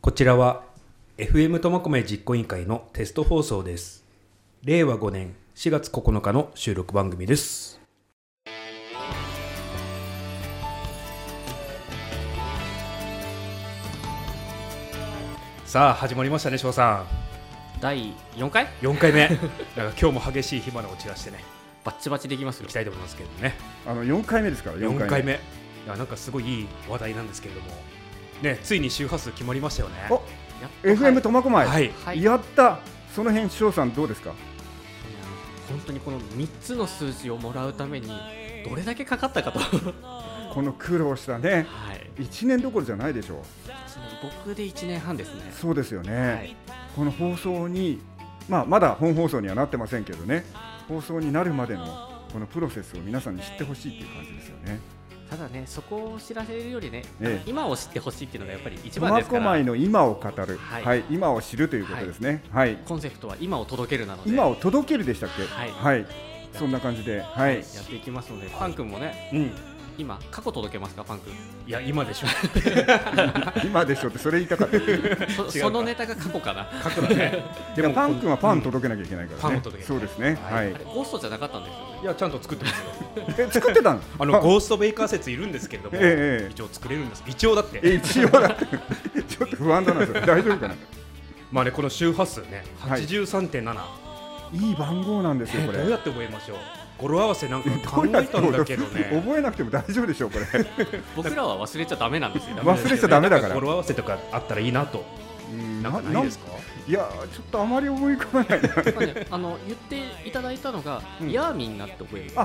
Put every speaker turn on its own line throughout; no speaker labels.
こちらは FM 苫小牧実行委員会のテスト放送です。令和5年4月9日の収録番組です。さあ始まりましたね翔さ
第4回
ん4回目 なんか今日も激しい火花を散らしてね
バッチバチできます
い
よ
きたいと思いますけれどもね
あの4回目ですから
4
4
回目
回目
いやなんかすごいいい話題なんですけれどもねついに周波数決まりましたよね
お
やっと
FM 苫小
はい、
牧、
はいいや
やったその辺翔さんどうですか
本当にこの3つの数字をもらうためにどれだけかかったかと
この苦労したね
はい
1年どころじゃないでしょ
一年僕で1年半ですね
うそうですよね、
はい
この放送に、まあ、まだ本放送にはなってませんけどね放送になるまでのこのプロセスを皆さんに知ってほしいっていう感じですよね
ただねそこを知らせるよりね、
ええ
今を知ってほしいっていうのがやっぱり一番
苫
ですか
小
ら
牧の今を語る、
は
はいい今を知るということですね、はい
コンセプトは今を届けるなので
今
や
を届けるでしたっけ
はい
そんな感じで、はい、
っていきますのでパン君もね
うん
今過去届けますかパン君
いや今でしょ
今でしょってそれ言いたかった
そ
違うか
そのネタが過去かな
書くのね
でもパン
こ
君はパン届けなきゃいけないからね、
パンを届け
そうですね、
は
はい い
あれゴーストじゃなかったんですよね
いやちゃんと作ってますよ
え作ってたの
あ
パ
の
ン
ゴーストベイカー説いるんですけれども、
ええええ
一応作れるんです一応だって
え一応だって ちょっと不安だなそれ大丈夫かな
まあねこの周波数ね
はい
83.7、
いい番号なんですよこれ
どうやって覚えましょう語呂合わせなんか考えたんだけどね
覚えなくても大丈夫でしょうこれ
僕らは忘れちゃダメなんですよ
忘れちゃダメだから
語呂合わせとかあったらいいなと
うん
なんかないですか
いやちょっとあまり思い浮かばないな
まあねあの言っていただいたのが、
うん
ヤーミンなって覚えるんです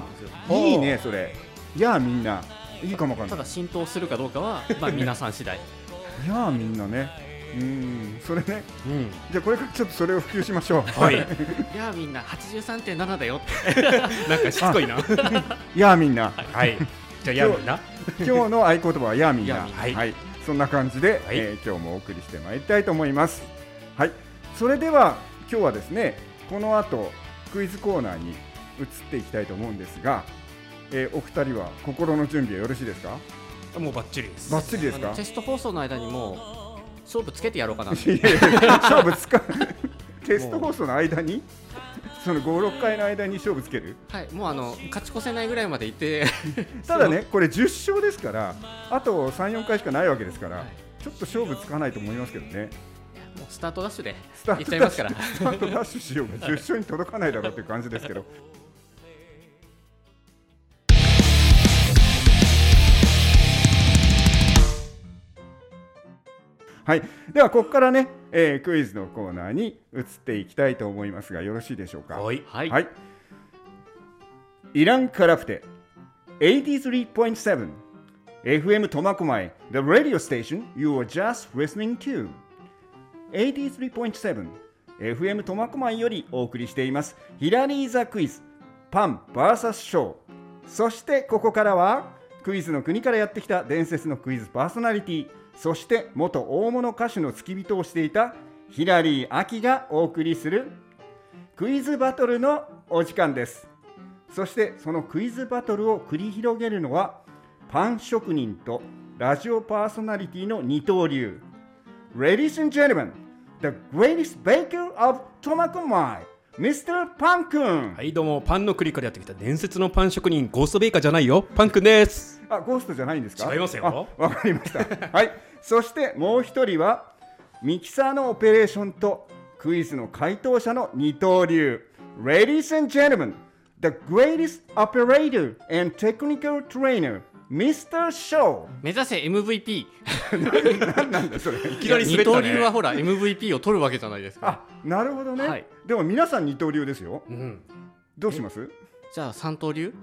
よ
いいねそれやあみんないいかもわかん
た
ない
だ浸透するかどうかは、まあ、皆さん次第
やあみんなねうんそれね
うん
じゃあこれからちょっとそれを普及しましょう
はい
ヤーミンな83.7だよって
なんかしつこ いな
やあみんな
はいじゃあやるな
今日の合言葉はやあみんな
やあみん
な
はい、そんな感じで、
はい
えー今日もお送りしてまいりたいと思いますはいそれでは今日はですねこの後クイズコーナーに移っていきたいと思うんですが、えーお二人は心の準備はよろしいですか
もうバッチリです
バッチリです
あ
か
のテスト放送の間にもう勝負つけてやろうかな
いやいや勝負つか テスト放送の間にその56回の間に勝負つける
はいもうあの勝ち越せないぐらいまでいって、
ただねこれ10勝ですからあと34回しかないわけですから、
はい
ちょっと勝負つかないと思いますけどね
もうスタートダッシュで
ス
い
タ
っ
ート
ちゃいますから
スタートダッシュしようが10勝に届かないだろうという感じですけど。はい、ではここからね、えークイズのコーナーに移っていきたいと思いますがよろしいでしょうか。
はい
はい、
はい、イランからプテ83.7 FM 苫小牧 The radio station you are just listening to 83.7 FM 苫小牧よりお送りしていますヒラリーザクイズパン VS ショーそしてここからはクイズの国からやってきた伝説のクイズパーソナリティそして元大物歌手の付き人をしていたヒラリー・アキがお送りするクイズバトルのお時間ですそしてそのクイズバトルを繰り広げるのはパン職人とラジオパーソナリティの二刀流 Ladies and gentlemen the greatest baker of 苫小牧 Mr. パン君、
は
ん
いどうもパンの栗からやってきた伝説のパン職人ゴーストベイカーじゃないよパンくんです
あゴーストじゃないんですか
違いますよ
あわかりました はいそしてもう一人はミキサーのオペレーションとクイズの回答者の二刀流 Ladies and gentlemen The greatest operator and technical trainer Mr. Shaw
目指せ MVP
何なんだそれ
いきなり
二
滑ったね
刀流はほら MVP を取るわけじゃないですか
あなるほどね、
はい
でも皆さん二刀流ですよ
うん
どうします
じゃあ三刀流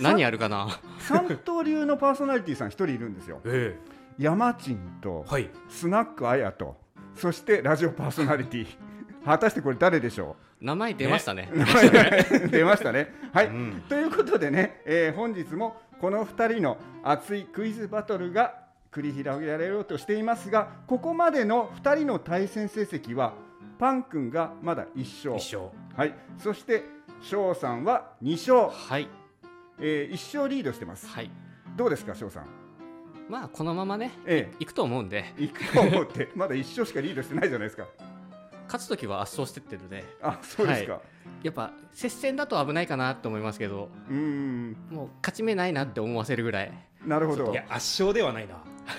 何やるかな
三刀流のパーソナリティさん一人いるんですよ
え
山賃と
えはい
スナックあやとそしてラジオパーソナリティ 果たしてこれ誰でしょう
名前出ましたね
出ましたね。はい、
うん
ということでね、えー本日もこの2人の熱いクイズバトルが繰り広げられようとしていますがここまでの2人の対戦成績はパン君がまだ1勝
一緒
はい、そして翔さんは2勝、
はい
え1勝リードしてます
はい
どうですか翔さん
まあこのままね
え
行くと思うんで
え、いくと思って、まだ一勝しかリードしてないじゃないですか。
勝つ時は圧勝してってるので
あ、そうですか。
やっぱ接戦だと危ないかなと思いますけど
うーん、
もう勝ち目ないなって思わせるぐらい
なるほど。
いや圧勝ではないな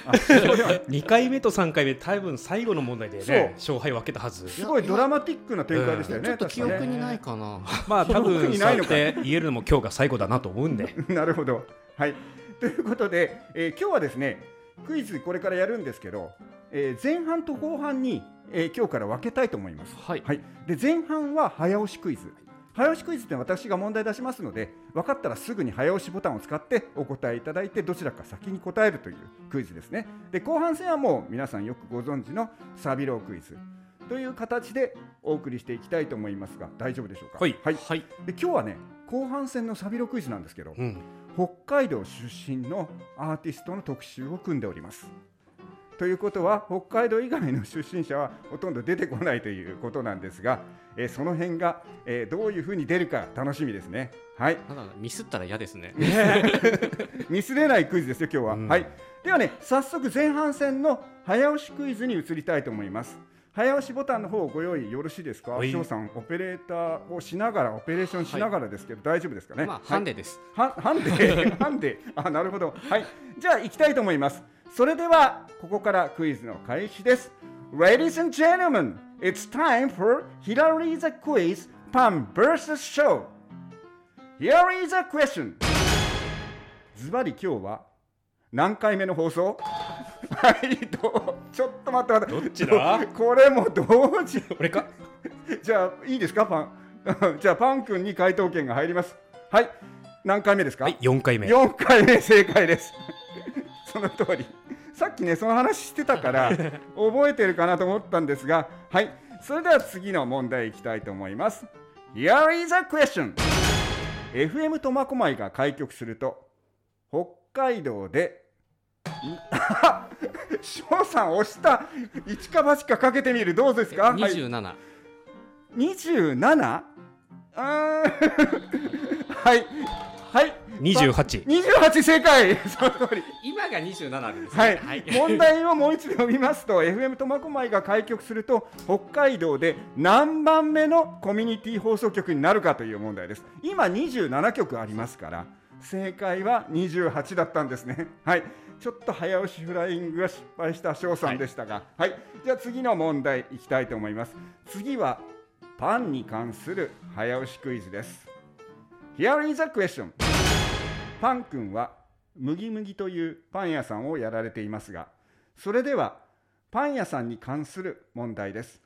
あそれは
2回目と3回目多分最後の問題で
そう
ね勝敗分けたはず
すごいドラマティックな展開でしたよね。
ちょっと記
確か
憶
ね
にないかな、
まあ多
そんな
分
国
そう
な
や
いの
っ
か
て言えるのも今日が最後だなと思うんで
なるほど。はい。 ということで、えー今日はですね、クイズこれからやるんですけど、えー前半と後半に、えー今日から分けたいと思います。
はい
はい。で前半は早押しクイズ。早押しクイズって私が問題出しますので、分かったらすぐに早押しボタンを使ってお答えいただいてどちらか先に答えるというクイズですね。で後半戦はもう皆さんよくご存知のサビロークイズという形でお送りしていきたいと思いますが大丈夫でしょうか。
はい
はい。
はい
で今日はね後半戦のサビロクイズなんですけど、
うん
北海道出身のアーティストの特集を組んでおります。ということは北海道以外の出身者はほとんど出てこないということなんですが、えーその辺が、えーどういうふうに出るか楽しみですね。はい、
なんだろうミスったら嫌ですね
ミスれないクイズですよ今日は。
うん
はい。ではね早速前半戦の早押しクイズに移りたいと思います。早押しボタンの方をご用意よろしいですか。
はい
翔さんオペレーターをしながらオペレーションしながらですけど、大丈夫ですかね。
まあ
はい
ハンデです、
は ハンデハンデあなるほどはいじゃあ行きたいと思いますそれではここからクイズの開始です Ladies and gentlemen it's time for Hilary the quiz Pan vs show Here is a question ズバリ今日は何回目の放送はいどうちょっと待って待って
どっちだ
どこれも同時
俺か
じゃあいいですかパン じゃあパン君に回答権が入りますはい何回目ですか、
はい4回目
4回目正解です その通りさっきねその話してたから覚えてるかなと思ったんですがはいそれでは次の問題いきたいと思います Here is a question FM 苫小牧が開局すると北海道で 翔さん押した一か八かかけてみるどうですかはい
27、
27? うーん はいはい
28
28正解 その通り
今が27ですね
はい、問題をもう一度読みますと FM 苫小牧が開局すると北海道で何番目のコミュニティ放送局になるかという問題です今27局ありますから正解は28だったんですね はいちょっと早押しフライングが失敗した翔さんでしたがはい、じゃあ次の問題いきたいと思います次はパンに関する早押しクイズです Here is a question パン君は麦麦というパン屋さんをやられていますがそれではパン屋さんに関する問題です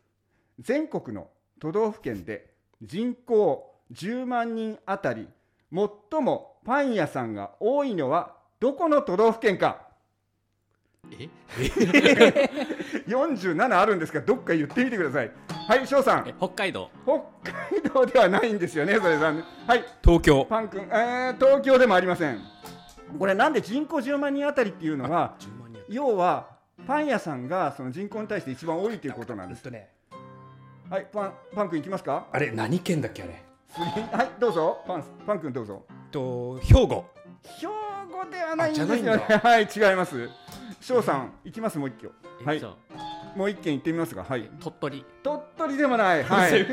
全国の都道府県で人口10万人あたり最もパン屋さんが多いのはどこの都道府県か
え
47あるんですがどっか言ってみてくださいはい翔さん
え北海道
北海道ではないんですよねそれ残念はい
東京
パン君、えー東京でもありませんこれなんで人口10万人あたりっていうのは
10万人や
要はパン屋さんがその人口に対して一番多いということなん
っ
です。
とね
はい、パンパン君いきますか。
あれ何県だっけあれ
次はい、どうぞ。パンパン君どうぞ。
と兵庫
兵庫ではないんですよ
あじゃない
ね
ん。
はい、違います。翔さん、いきますもう一軒。
え
はい
じゃあ
もう一軒行ってみますか。はい。
鳥取
鳥取でもない。はい。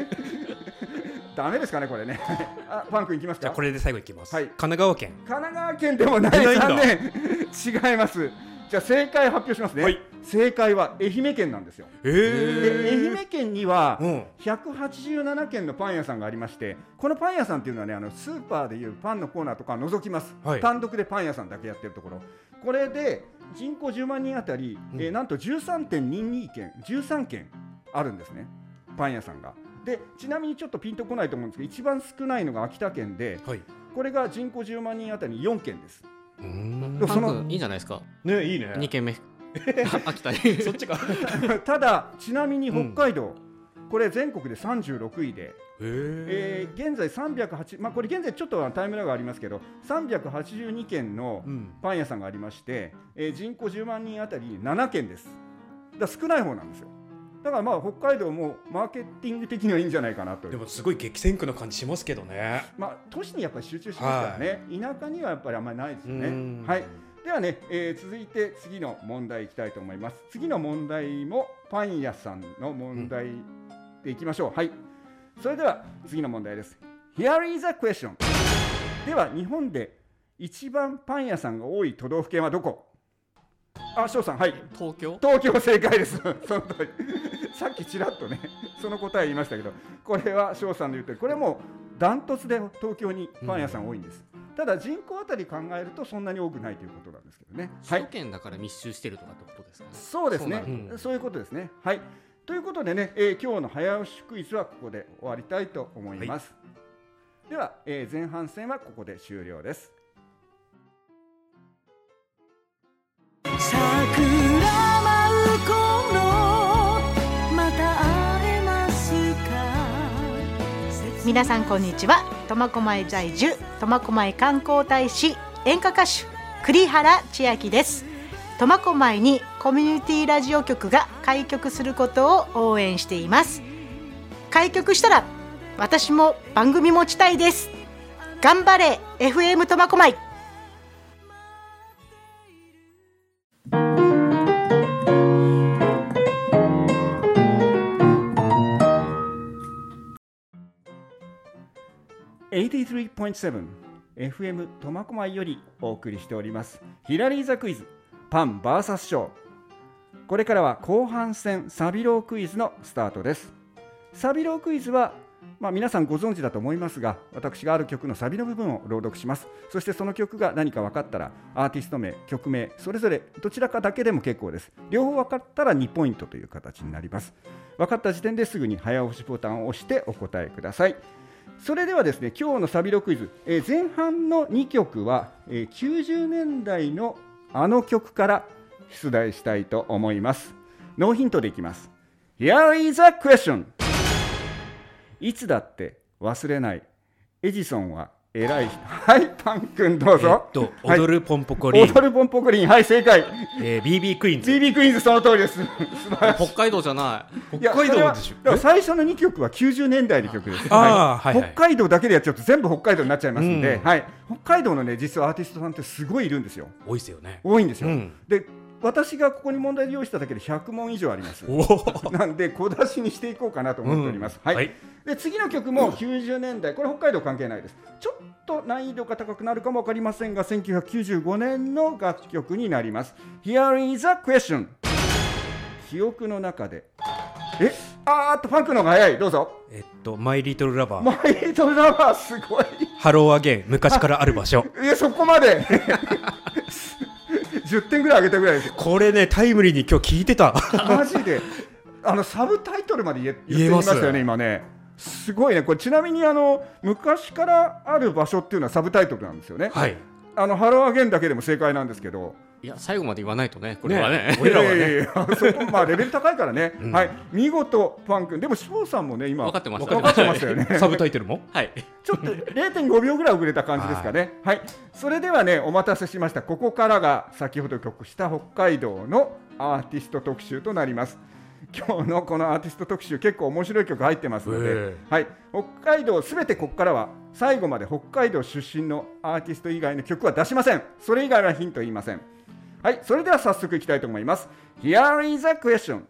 ダメですかねこれね。あ、パン君いきます
じ
か。
ゃあこれで最後いきます、
はい
神奈川県
神奈川県でもない
ないんだ
残念違いますじゃあ正解発表しますね、
はい
正解は愛媛県なんですよ
え
で
ー
愛媛県には
うん
187軒のパン屋さんがありましてこのパン屋さんっていうのはねあのスーパーでいうパンのコーナーとかは除きます、
はい
単独でパン屋さんだけやってるところこれで人口10万人あたり、
うん
えーなんと13.22軒13軒あるんですねパン屋さんがでちなみにちょっとピンとこないと思うんですけど一番少ないのが秋田県で、
はいう
これが人口10万人あたり4件です。
ーん
でも
パ
そ
ン
の
君いいんじゃないですか
ねいいね
2軒 目秋田に
そっちか
ただ、ちなみに北海道、これ全国で36位で、
えー
えー現在308、まあ、これ現在ちょっとタイムラグありますけど、382件の
うん
パン屋さんがありまして、えー人口10万人あたり7件です。だから少ない方なんですよ。だからまあ北海道もマーケティング的にはいいんじゃないかなとい
で
う。
もすごい激戦区の感じしますけどね
まあ、都市にやっぱり集中しますからね、田舎にはやっぱりあんまりないですよね。はい、でではね、えー続いて次の問題いきたいと思います次の問題もパン屋さんの問題でいきましょう、はいそれでは次の問題です Here is a question では日本で一番パン屋さんが多い都道府県はどこあ翔さんはい
東京
東京正解です その通りさっきちらっとねその答え言いましたけどこれは翔さんの言うとりこれはもうダントツで東京にパン屋さん多いんです、ただ人口あたり考えるとそんなに多くないということなんですけどねは
首
い
都圏だから密集してるとかってことですかね
そうですね
なると
そ
ると
う,、いうことですねはいということでね、えー今日の早押しクイズはここで終わりたいと思います、では、えー前半戦はここで終了です
桜舞う頃また会えますか
皆さんこんにちは苫小牧在住苫小牧観光大使演歌歌手栗原千明です苫小牧にコミュニティラジオ局が開局することを応援しています開局したら私も番組持ちたいです頑張れ FM 苫小牧
83.7FM 苫小牧よりお送りしておりますヒラリーザクイズパン VS ショーこれからは後半戦サビロークイズのスタートですサビロークイズはまあ皆さんご存知だと思いますが私がある曲のサビの部分を朗読しますそしてその曲が何か分かったらアーティスト名曲名それぞれどちらかだけでも結構です両方分かったら2ポイントという形になります分かった時点ですぐに早押しボタンを押してお答えくださいそれではですね今日のサビロクイズ、えー前半の2曲は、えー90年代のあの曲から出題したいと思いますノーヒントでいきます Here is a question いつだって忘れないエジソンは偉い人はいパン君どう
えっ
ぞ、
と、
はい
踊るポンポコリン、
踊るポンポコリンはい正解
えー BB クイーンズ、
BB クイーンズその通りです
北海道じゃない
いや
北海
それ
道
は
でしょ
だから最初の2曲は90年代の曲です。
あーはいはい
北海道だけでやっちゃうと全部北海道になっちゃいますんで、
うん
はい、北海道のね実はアーティストさんってすごいいるんですよ。
多いですよね。
多いんですよ。
うん
で私がここに問題を用意しただけで100問以上あります。
おー
なんで小出しにしていこうかなと思っております。
うん
は
はいい。
で次の曲も90年代、これ北海道関係ないです。ちょっと難易度が高くなるかもわかりませんが、1995年の楽曲になります。Here is a question。記憶の中で。え、あーっとパンクの方が早い。どうぞ。
えっと、マイリトルラバー、
マイドラマすごい。
ハローアゲイン、昔からある場 所。
え、そこまで。10点ぐらい上げたぐらいです。
これね、タイムリーに今日聞いてた。
マジで、あのサブタイトルまで言え言って
言え
みま
ま
し
す
たよね、今ね。すごいね、これちなみにあの昔からある場所っていうのはサブタイトルなんですよね。
はい。
あのハローアゲンだけでも正解なんですけど、
いや最後まで言わないとねこれはね
ね俺らはね
いやいやいやそこまあレベル高いからね。
うん
はい、見事パン君、でも翔さんもね今
分かってます
分かってますよね。
サブタイトルも
はい
ちょっと0.5秒ぐらい遅れた感じですかね。はい、それではね、お待たせしました。ここからが先ほど曲した北海道のアーティスト特集となります。今日のこのアーティスト特集、結構面白い曲入ってますので、
え
はい、北海道すべてここからは最後まで北海道出身のアーティスト以外の曲は出しません。それ以外はヒント言いません。はい、それでは早速いきたいと思います。Here is a question.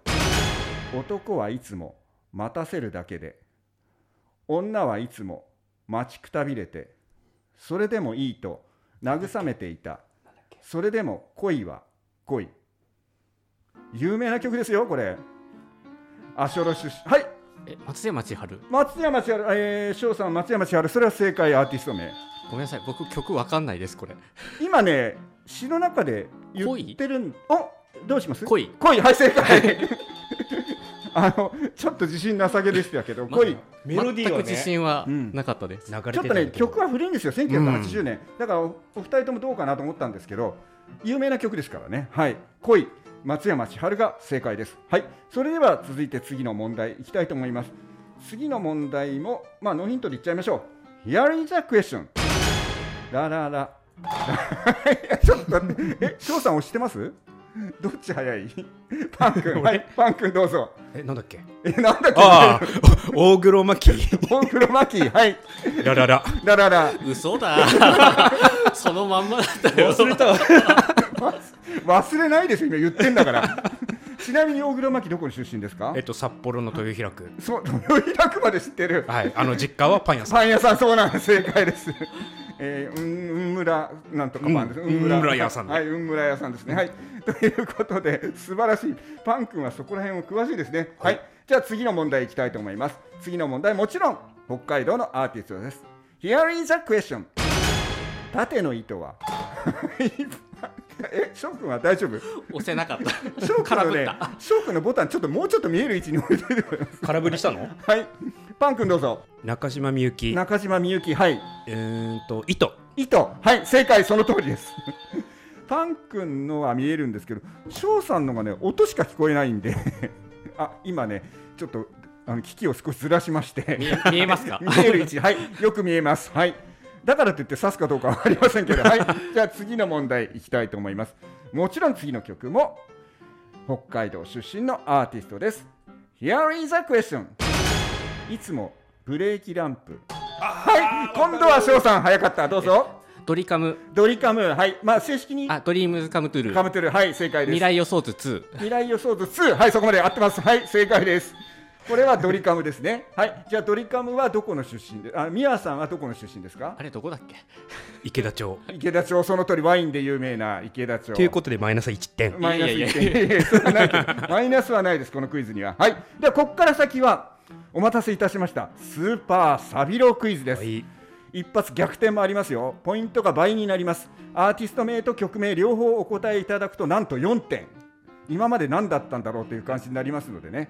男はいつも待たせるだけで女はいつも待ちくたびれてそれでもいいと慰めていたそれでも恋は恋有名な曲ですよこれアショロ出身はい
え松山千春
松山千春えー、翔さん松山千春それは正解アーティスト名
ごめんなさい僕曲わかんないですこれ
今ね詩の中で言ってるんおどうします
恋
恋はい正解 あのちょっと自信なさげでしたけど
まだ
恋
メロディーはね
全く自信は
うん
なかったです、
流れ
ちょってと
た
ね
んだけど
曲は古いんですよ、1980年、だからおお二人ともどうかなと思ったんですけど、有名な曲ですからね、はい、恋、松山千春が正解です。はい、それでは続いて次の問題いきたいと思います。次の問題も、まあ、ノーヒントでいっちゃいましょう。Here is a question. ラララ。 いやちょっと待って、え、翔さん押してますどっち早いパン君、はい、パン君どうぞ。
え、なんだっ け
え、なんだっ
ああ
け、
大黒摩季、
大黒摩季、はい、
ラ ララ。
ラララ。
嘘だそのまんまだったよ
れた。
忘れないでしょ、今言ってんだから。 ちなみに大黒摩季どこの出身ですか
えっと、札幌の豊平区。
そう、豊平区まで知ってる。
はい、あの実家はパン屋さん。
パン屋さん、そうなんです、正解です。えー、うん、うんむら、なんとかパンです。
うんうんむら屋さんで
はい、うんむら屋さんですね。はい、 ということで、素晴らしい。パン君はそこら辺を詳しいですね。はい、じゃあ、次の問題いきたいと思います。次の問題、もちろん、北海道のアーティストです。Here is a question. 縦の糸は。 え、翔くんは大丈夫。
押せなかった。
翔くん
空
の
振っ
ね
た。、
翔くんのボタン、ちょっともうちょっと見える位置に置いといてくださ
空振りしたの。
い。はい、パン君どうぞ。
中島みゆき。
中島みゆき、はい。
えーんと、糸。
糸はい正解その通りです パン君のは見えるんですけど翔さんのがね音しか聞こえないんで あ今ねちょっとあの機器を少しずらしまして
見え見えますか
見える位置 はいよく見えますはいだからといって指すかどうかは分かりませんけどはいじゃあ次の問題いきたいと思いますもちろん次の曲も北海道出身のアーティストです Here is a question いつもブレーキランプはい今度は翔さん早かったどうぞ
ドリカム、
ドリカム、はい、まあ正式に
あ、ドリームズカムトゥル
カ
ー。
ムトゥルー、はい、正解です。
未来予想図2。
未来予想図2、はい、そこまで合ってます。はい、正解です。これはドリカムですね。はい、じゃあドリカムはどこの出身で、あ、ミヤさんはどこの出身ですか
あ。れどこだっけ
池田町。
池田町、その通りワインで有名な池田町。
ということで、マイナス1点。
マイナス
いやい
1
や
点いやいやそれはないけど。マイナスはないです、このクイズには。はい、ではここから先は、お待たせいたしました。スーパーサビロクイズです。
はい。
一発逆転もありますよポイントが倍になりますアーティスト名と曲名両方お答えいただくとなんと4点今まで何だったんだろうという感じになりますのでね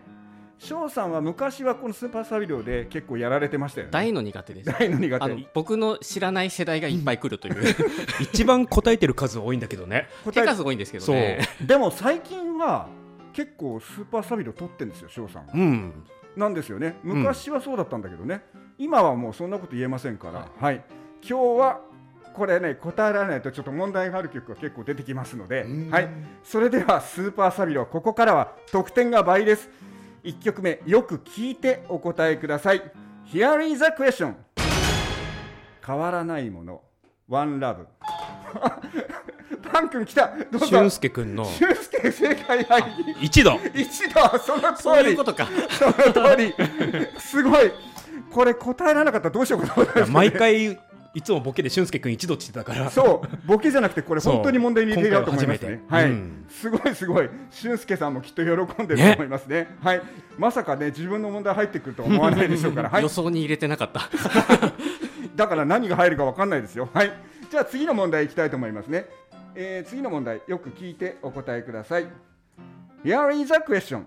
翔さんは昔はこのスーパーサビロで結構やられてましたよね
大の苦手です。
大の苦
あの
手
僕の知らない世代がいっぱい来るとい う、
一番答えてる数多いんだけどね。
手数多いんですけどね、
でも最近は結構スーパーサビロ取ってんですよ翔さん
うん。
なんですよね昔はそうだったんだけどね、今はもうそんなこと言えませんから、はい、今日はこれね答えられないとちょっと問題がある曲が結構出てきますので、はい、それではスーパーサビロここからは得点が倍です1曲目よく聞いてお答えください Here is a question 変わらないもの OneLove パン君来たどうぞ
俊介くんの
俊介正解はい
一度。
一度その通り
そういうことか。
その通り、すごい、これ答えられなかったらどうしようかと思ったんですけど
毎回、いつもボケで俊介くん一度って言ってたから。
そう、ボケじゃなくて、これ、
そう
本当に問題に入れようと思いますね。
今
は
回は初
い、
めてうん
すごいすごい、俊介さんもきっと喜んでると思いますね。はい、まさかね、自分の問題入ってくるとは思わないでしょうから、はい
予、想に入れてなかった。
だから何が入るかわかんないですよ。はい、じゃあ次の問題いきたいと思いますね。えー次の問題、よく聞いてお答えください。Here is a question.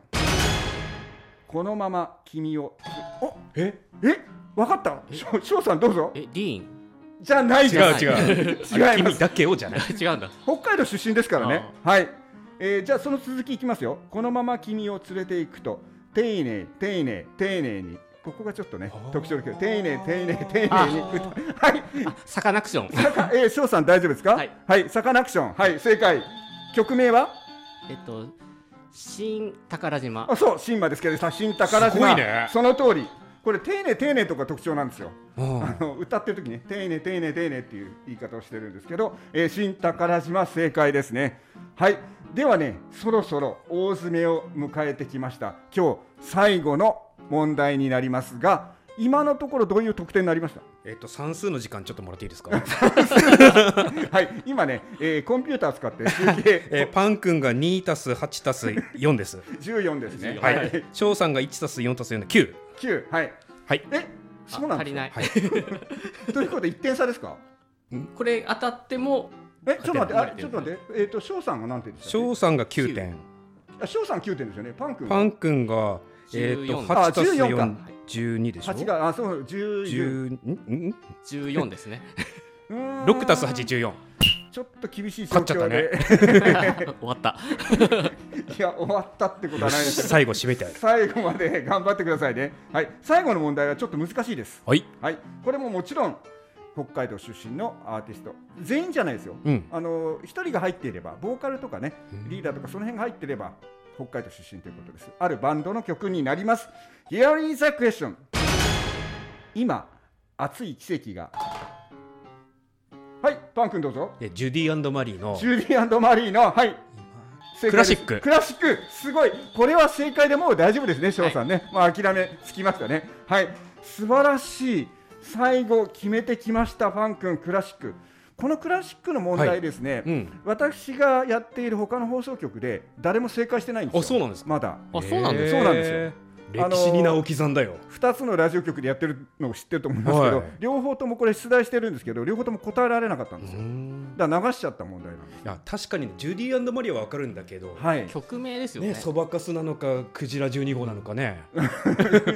このまま君を。お、え、え、わかった。しょ、しょうさんどうぞ。
え、ディーン
じゃないです。
違う違う。
違います
君だけをじゃない。
違うんだ。
北海道出身ですからね。はい。えーじゃあその続きいきますよ。このまま君を連れていくと丁寧丁寧丁寧に。ここがちょっとね
あー
特徴ですけど丁寧丁寧丁寧に歌
あ
はい。
サカナクション。
さかえー、翔さん大丈夫ですか。
はい。
サカナクション。はい。正解。曲名は。
えっと、新宝島
あ、。そう、新馬ですけど、さ、新宝島。
すごいね
その通り。これ丁寧丁寧とか特徴なんですよ。
うん
あの歌ってる時ね、丁寧、丁寧、丁寧っていう言い方をしてるんですけど、えー新宝島、正解ですね。はい、ではね、そろそろ大詰めを迎えてきました。今日最後の問題になりますが、今のところどういう得点になりました
えっと、算数の時間ちょっともらっていいですか。
はい、今ね、えーコンピューター使って集計
えーパン君が2たす8たす4です。
14ですね。
は
はいい、。
翔さんが1たす4たす4で9。
9、はい。
はい。
え、そうなん
足
で
り
すか
ない。
ということで1点差です か
これ当たっても、
え、ちょっと待って、あ
勝てない
ちょっと待って、えっ、と、翔さんが何点でしたっ
翔さんが9点。
けあ翔さん9点ですよね、パン君は
パン君が、えっと、
14
8たす
あ14
4
か、
12でしょ。
八があそう十
10んん
14です ね。
6たす
八
8、14。
ちょっと厳しい状
勝っちゃった
況
ね
で
終わった。
いや終わったってことはないです
最後締めて。
最後まで頑張ってくださいねはい最後の問題はちょっと難しいです
はい。
はいこれももちろん北海道出身のアーティスト全員じゃないですよ、
うん
あの一人が入っていればボーカルとかねリーダーとかその辺が入っていれば北海道出身ということですあるバンドの曲になります Here is a question 今熱い奇跡がはいパン君どうぞ。
でジュディマリーの
ジュディマリーの、はい。正解です
クラシック
クラシック、すごい。これは正解でもう大丈夫ですね、翔さんね。まあ諦めつきましたね。はい。素晴らしい。最後決めてきました、ファン君クラシック。このクラシックの問題ですね、
うん
私がやっている他の放送局で誰も正解してないんですよ。
あそうなんですか
まだ。
あそうなんです
そうなんですよ
よ歴史に名を刻んだよ、
2つのラジオ局でやってるのを知ってると思いますけど、
はい
両方ともこれ出題してるんですけど両方とも答えられなかったんですよ、
うん
だから流しちゃった問題なんです
いや確かにジュディマリーはわかるんだけど、
はい
曲名ですよね
ね、そばかすなのかクジラ12号なのかね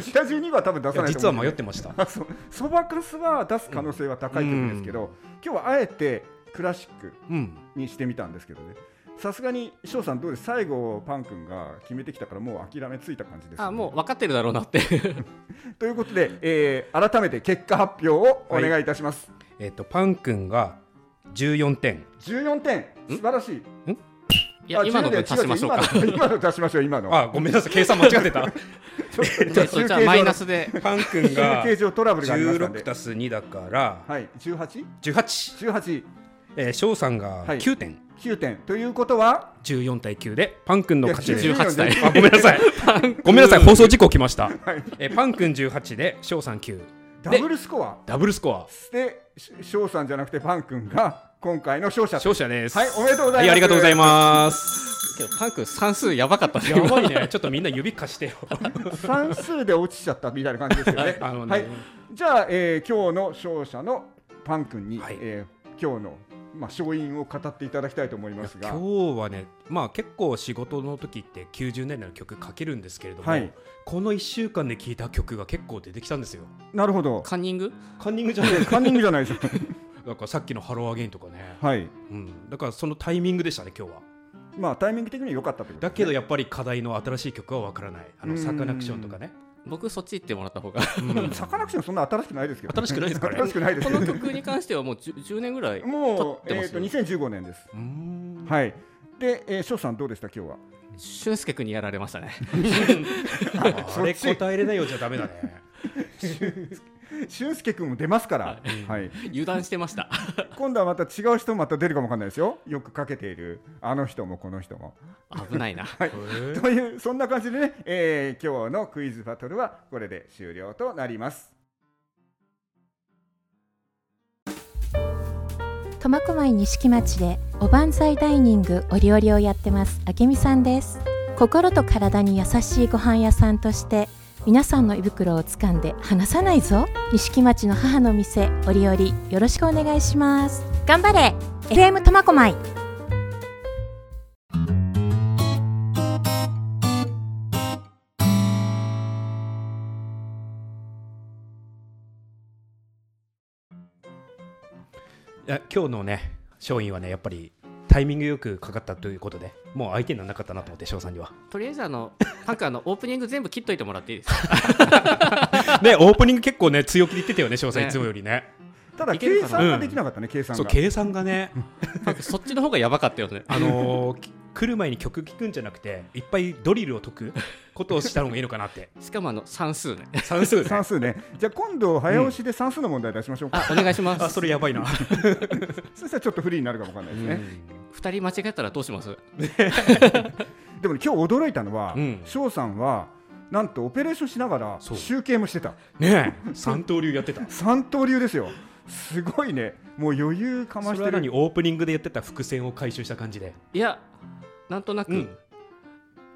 スタジオには多分出
い
さ
や
ない
実
と
は
思う
迷ってました
あ そうそばかすは出す可能性は高い曲ですけど、今日はあえてクラシック
うん
にしてみたんですけどねさすがに翔さんどうです最後パン君が決めてきたからもう諦めついた感じです、ね、
あもう分かってるだろうなって
ということで、えー改めて結果発表をお願いいたします、
えっ、とパン君が14点
14点素晴らしい
いや
あ
今の
14
で
点
足しましょうか
違違今の今の出しましょう今の
あごめんなさい計算間違って た
ちょっ と
えっとじゃあマイナスで
パン君が
集計上トラブルがありましたんで
16足す2だから
はい、18、
18
18、
えー翔さんが
はい
9点、
9点ということは、
14対9でパン君の勝ち
い
で
や
す
18
い
歳
や
あごめんなさいごめんなさい放送事故来ました、えーパン君18で翔さん9
ダブルスコア
ダブルスコア
で、し翔さんじゃなくてパン君が今回の勝者と
勝者です
はいおめでとうございます
はありがとうございます
けどパン君算数やばかったね
やばいねちょっとみんな指貸してよ。
算数で落ちちゃったみたいな感じですよね
あのね
はい、じゃあ、えー、今日の勝者のパン君に、
はい
えー今日の、まあ、勝因を語っていただきたいと思 いますが、
今日はねまあ結構仕事の時って90年代の曲かけるんですけれども、
はい
この1週間で聴いた曲が結構出てきたんですよ
なるほど、
カンニング
カンニングじゃない
カンニングじゃないですか。
だからさっきの「ハローアゲイン」とかね、
はい
うん、だからそのタイミングでしたね今日は
まあ、タイミング的には良かったってこと
だ
です
け
ね、
どやっぱり課題の新しい曲はわからないあ
う
の
ん
サカナクションとかね、
僕そっち行ってもらった方が
うん
サカナクションそんな新しくないですけど、
新しくないですかね
新しくないです
こ
けど
の
ね
曲に関してはもう 10, 10年ぐらい
も
経
う、
って
え
ま
ー、
す
と
よ
2015年です。
うーん
はい。で、えー、翔さんどうでした今日は。
俊介君にやられましたね
あれ答えれないようじゃダメだね
俊介君も出ますから。はい。
油断してました
今度はまた違う人もまた出るかもわかんないですよ。よくかけているあの人もこの人も。
危ないな
へー
というそんな感じでね、えー、今日のクイズバトルはこれで終了となります。
苫小牧錦町でおばんざいダイニングお料理をやってますあけみさんです心と体に優しいご飯屋さんとして皆さんの胃袋を掴んで離さないぞ錦町の母の店おりおりよろしくお願いします頑張れ FM 苫小牧
いや今日のね商品はねやっぱりタイミングよくかかったということでもう相手にならなかったなと思って翔さんには
とりあえずあのパン君あのオープニング全部切っといてもらっていいですか
ねオープニング結構ね強気で言ってたよね翔さん
ね
いつもよりね
ただ
いける
計
かな
算ができなかったね、計算
そう
が。
計算がね
パン君そっちの方がやばかったよね
あのーき来る前に曲聴くんじゃなくていっぱいドリルを解くことをした方がいいのかなって
しかもあの算数ね
算数ね
算数ね。じゃあ今度早押しで算数の問題出しましょうか。
あお願いしま
あ
す
それやばいな、
そしたらちょっと不利になるかもわかんないですね。
二人間違えたらどうします
でも、ね、今日驚いたのは
うん、
翔、さんはなんとオペレーションしながら
そう
集計もしてた。
ねえ三刀流やってた
三刀流ですよ。すごいね。もう余裕かま
それ
して
は
る。
何オープニングでやってた伏線を回収した感じで
いやなんとなく、
うん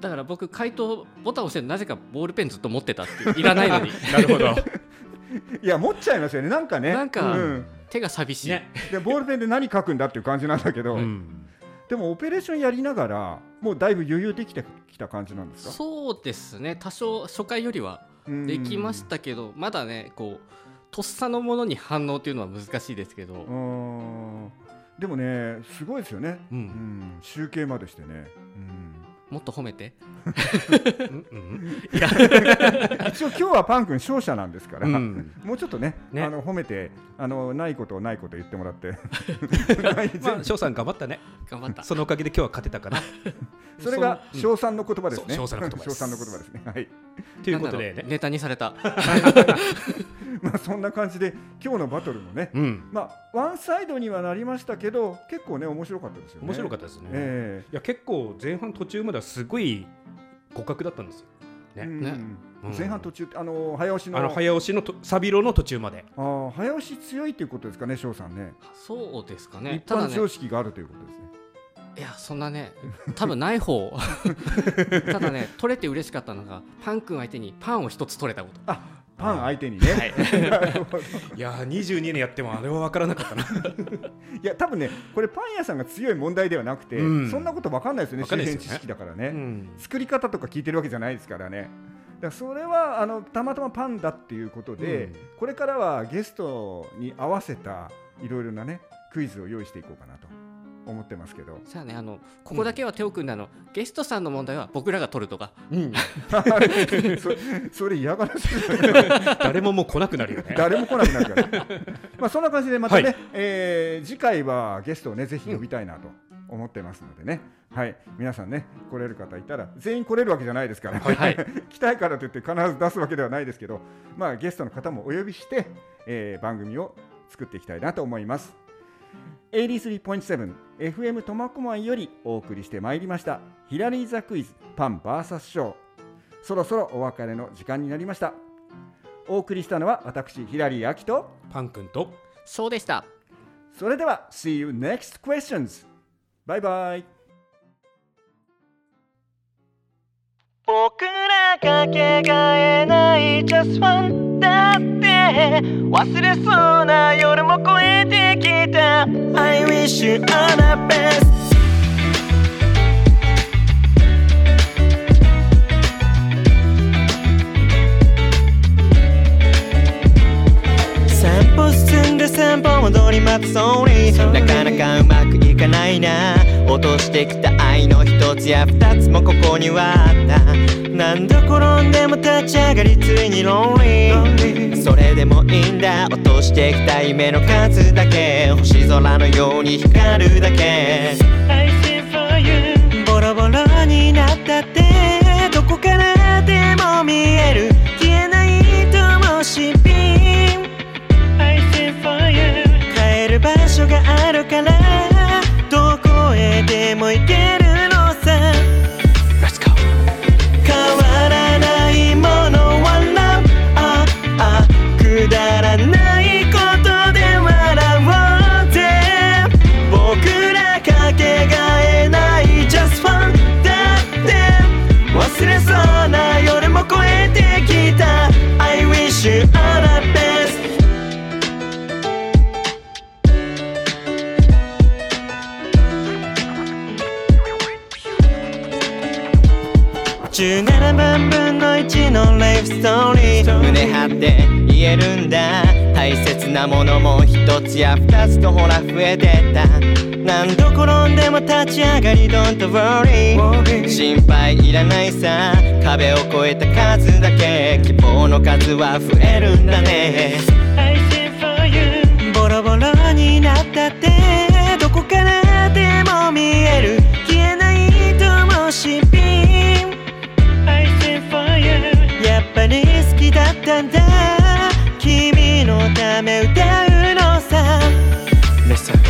だから僕回答ボタン押してるのなぜかボールペンずっと持ってたっていういらな いのに
なるほど
いや持っちゃいますよね。なんかね。
なんか
うん
手が寂しい、
ね、
でボールペンで何書くんだっていう感じなんだけど、
うん、
でもオペレーションやりながらもうだいぶ余裕できてきた感じなんですか
そうですね多少初回よりは
うん
できましたけど、まだねこうとっさのものに反応っていうのは難しいですけど、
うーんでもねすごいですよね、
うん
うん集計までしてね、
もっと褒めて
うんうん
うん一応今日はパン君勝者なんですから、
うん
もうちょっとね
ね
あの褒めてあのないことをないこと言ってもらって
まあ翔さん頑張ったね
頑張った
その おかげで今日は勝てたかな
それが
うん
賞賛の言葉です
そ
ね
う賞賛の言葉です
賞賛の言葉ですねはい
ということで
なんだろう
ね。
ネタにされた。
まあそんな感じで今日のバトルもね、
うん。
まあワンサイドにはなりましたけど結構ね面白かったですよね。
面白か
っ
ったですね。
え
いや結構前半途中まではすごい互角だったんですよ。ね
えうん
ね
うん
前半途中あの早押しの
あの早押しのとサビロの途中まで。
あー早押し強いということですかね翔さんね
そうですかね。
一
ただ
般
ね、
常識があるということですね。
いやそんなね、多分ない方。 ただね、取れて嬉しかったのが、パン君相手にパンを一つ取れたこと。
パン相手にね、
はい
なるほどい
いやー22年やってもあれは分からなかったな。
や多分ねこれパン屋さんが強い問題ではなくて、
うん
そんなこと分かんないですよね
分かんないですよね
周辺知識だからね、
うん
作り方とか聞いてるわけじゃないですからねだからそれはあのたまたまパンだっていうことで、
うん
これからはゲストに合わせたいろいろなねクイズを用意していこうかなと思ってますけ ど
さあね、あのここだけは手を組んだの、ゲストさんの問題は僕らが取るとか。
そそれ嫌がらせ
誰ももう来なくなるよね。
誰も来なくなるからね、まあそんな感じでまたね、
はい
えー次回はゲストをねぜひ呼びたいなと思ってますのでね、はい皆さんね来れる方いたら全員来れるわけじゃないですから、
はい。
来たいからといって必ず出すわけではないですけどまあゲストの方もお呼びして、えー番組を作っていきたいなと思います。83.7FM 苫小牧よりお送りしてまいりましたヒラリーザクイズパン VS ショーそろそろお別れの時間になりましたお送りしたのは私ヒラリーアキと
パン君と
そうでした。
それでは See you next questions バイバイ
僕らかけがえない Just One だって忘れそうな夜も超えてきた I wish you all the best 散歩進んで散歩戻り待つソーリーなかなかうまくいかないな落としてきた愛の一つや二つもここにはあった何度転んでも立ち上がりついにロンリーそれでもいいんだ落としてきた夢の数だけ星空のように光るだけボロボロになったってどこからでも見える消えない灯火帰る場所があるからどこへでも行けるのさ変わらないものは Love ああくだらないことで笑おうぜ僕らかけがえない Just Fun だって忘れそうな夜も超えてきた I wish you all the best 17万分の1のライフストーリー胸張って言えるんだ大切なものも一つや二つとほら増えてった何度転んでも立ち上がり Don't worry 心配いらないさ壁を越えた数だけ希望の数は増えるんだねボロボロになったってどこからでも見える消えない灯火やっぱり好きだったんだ君のため歌うのさ Listen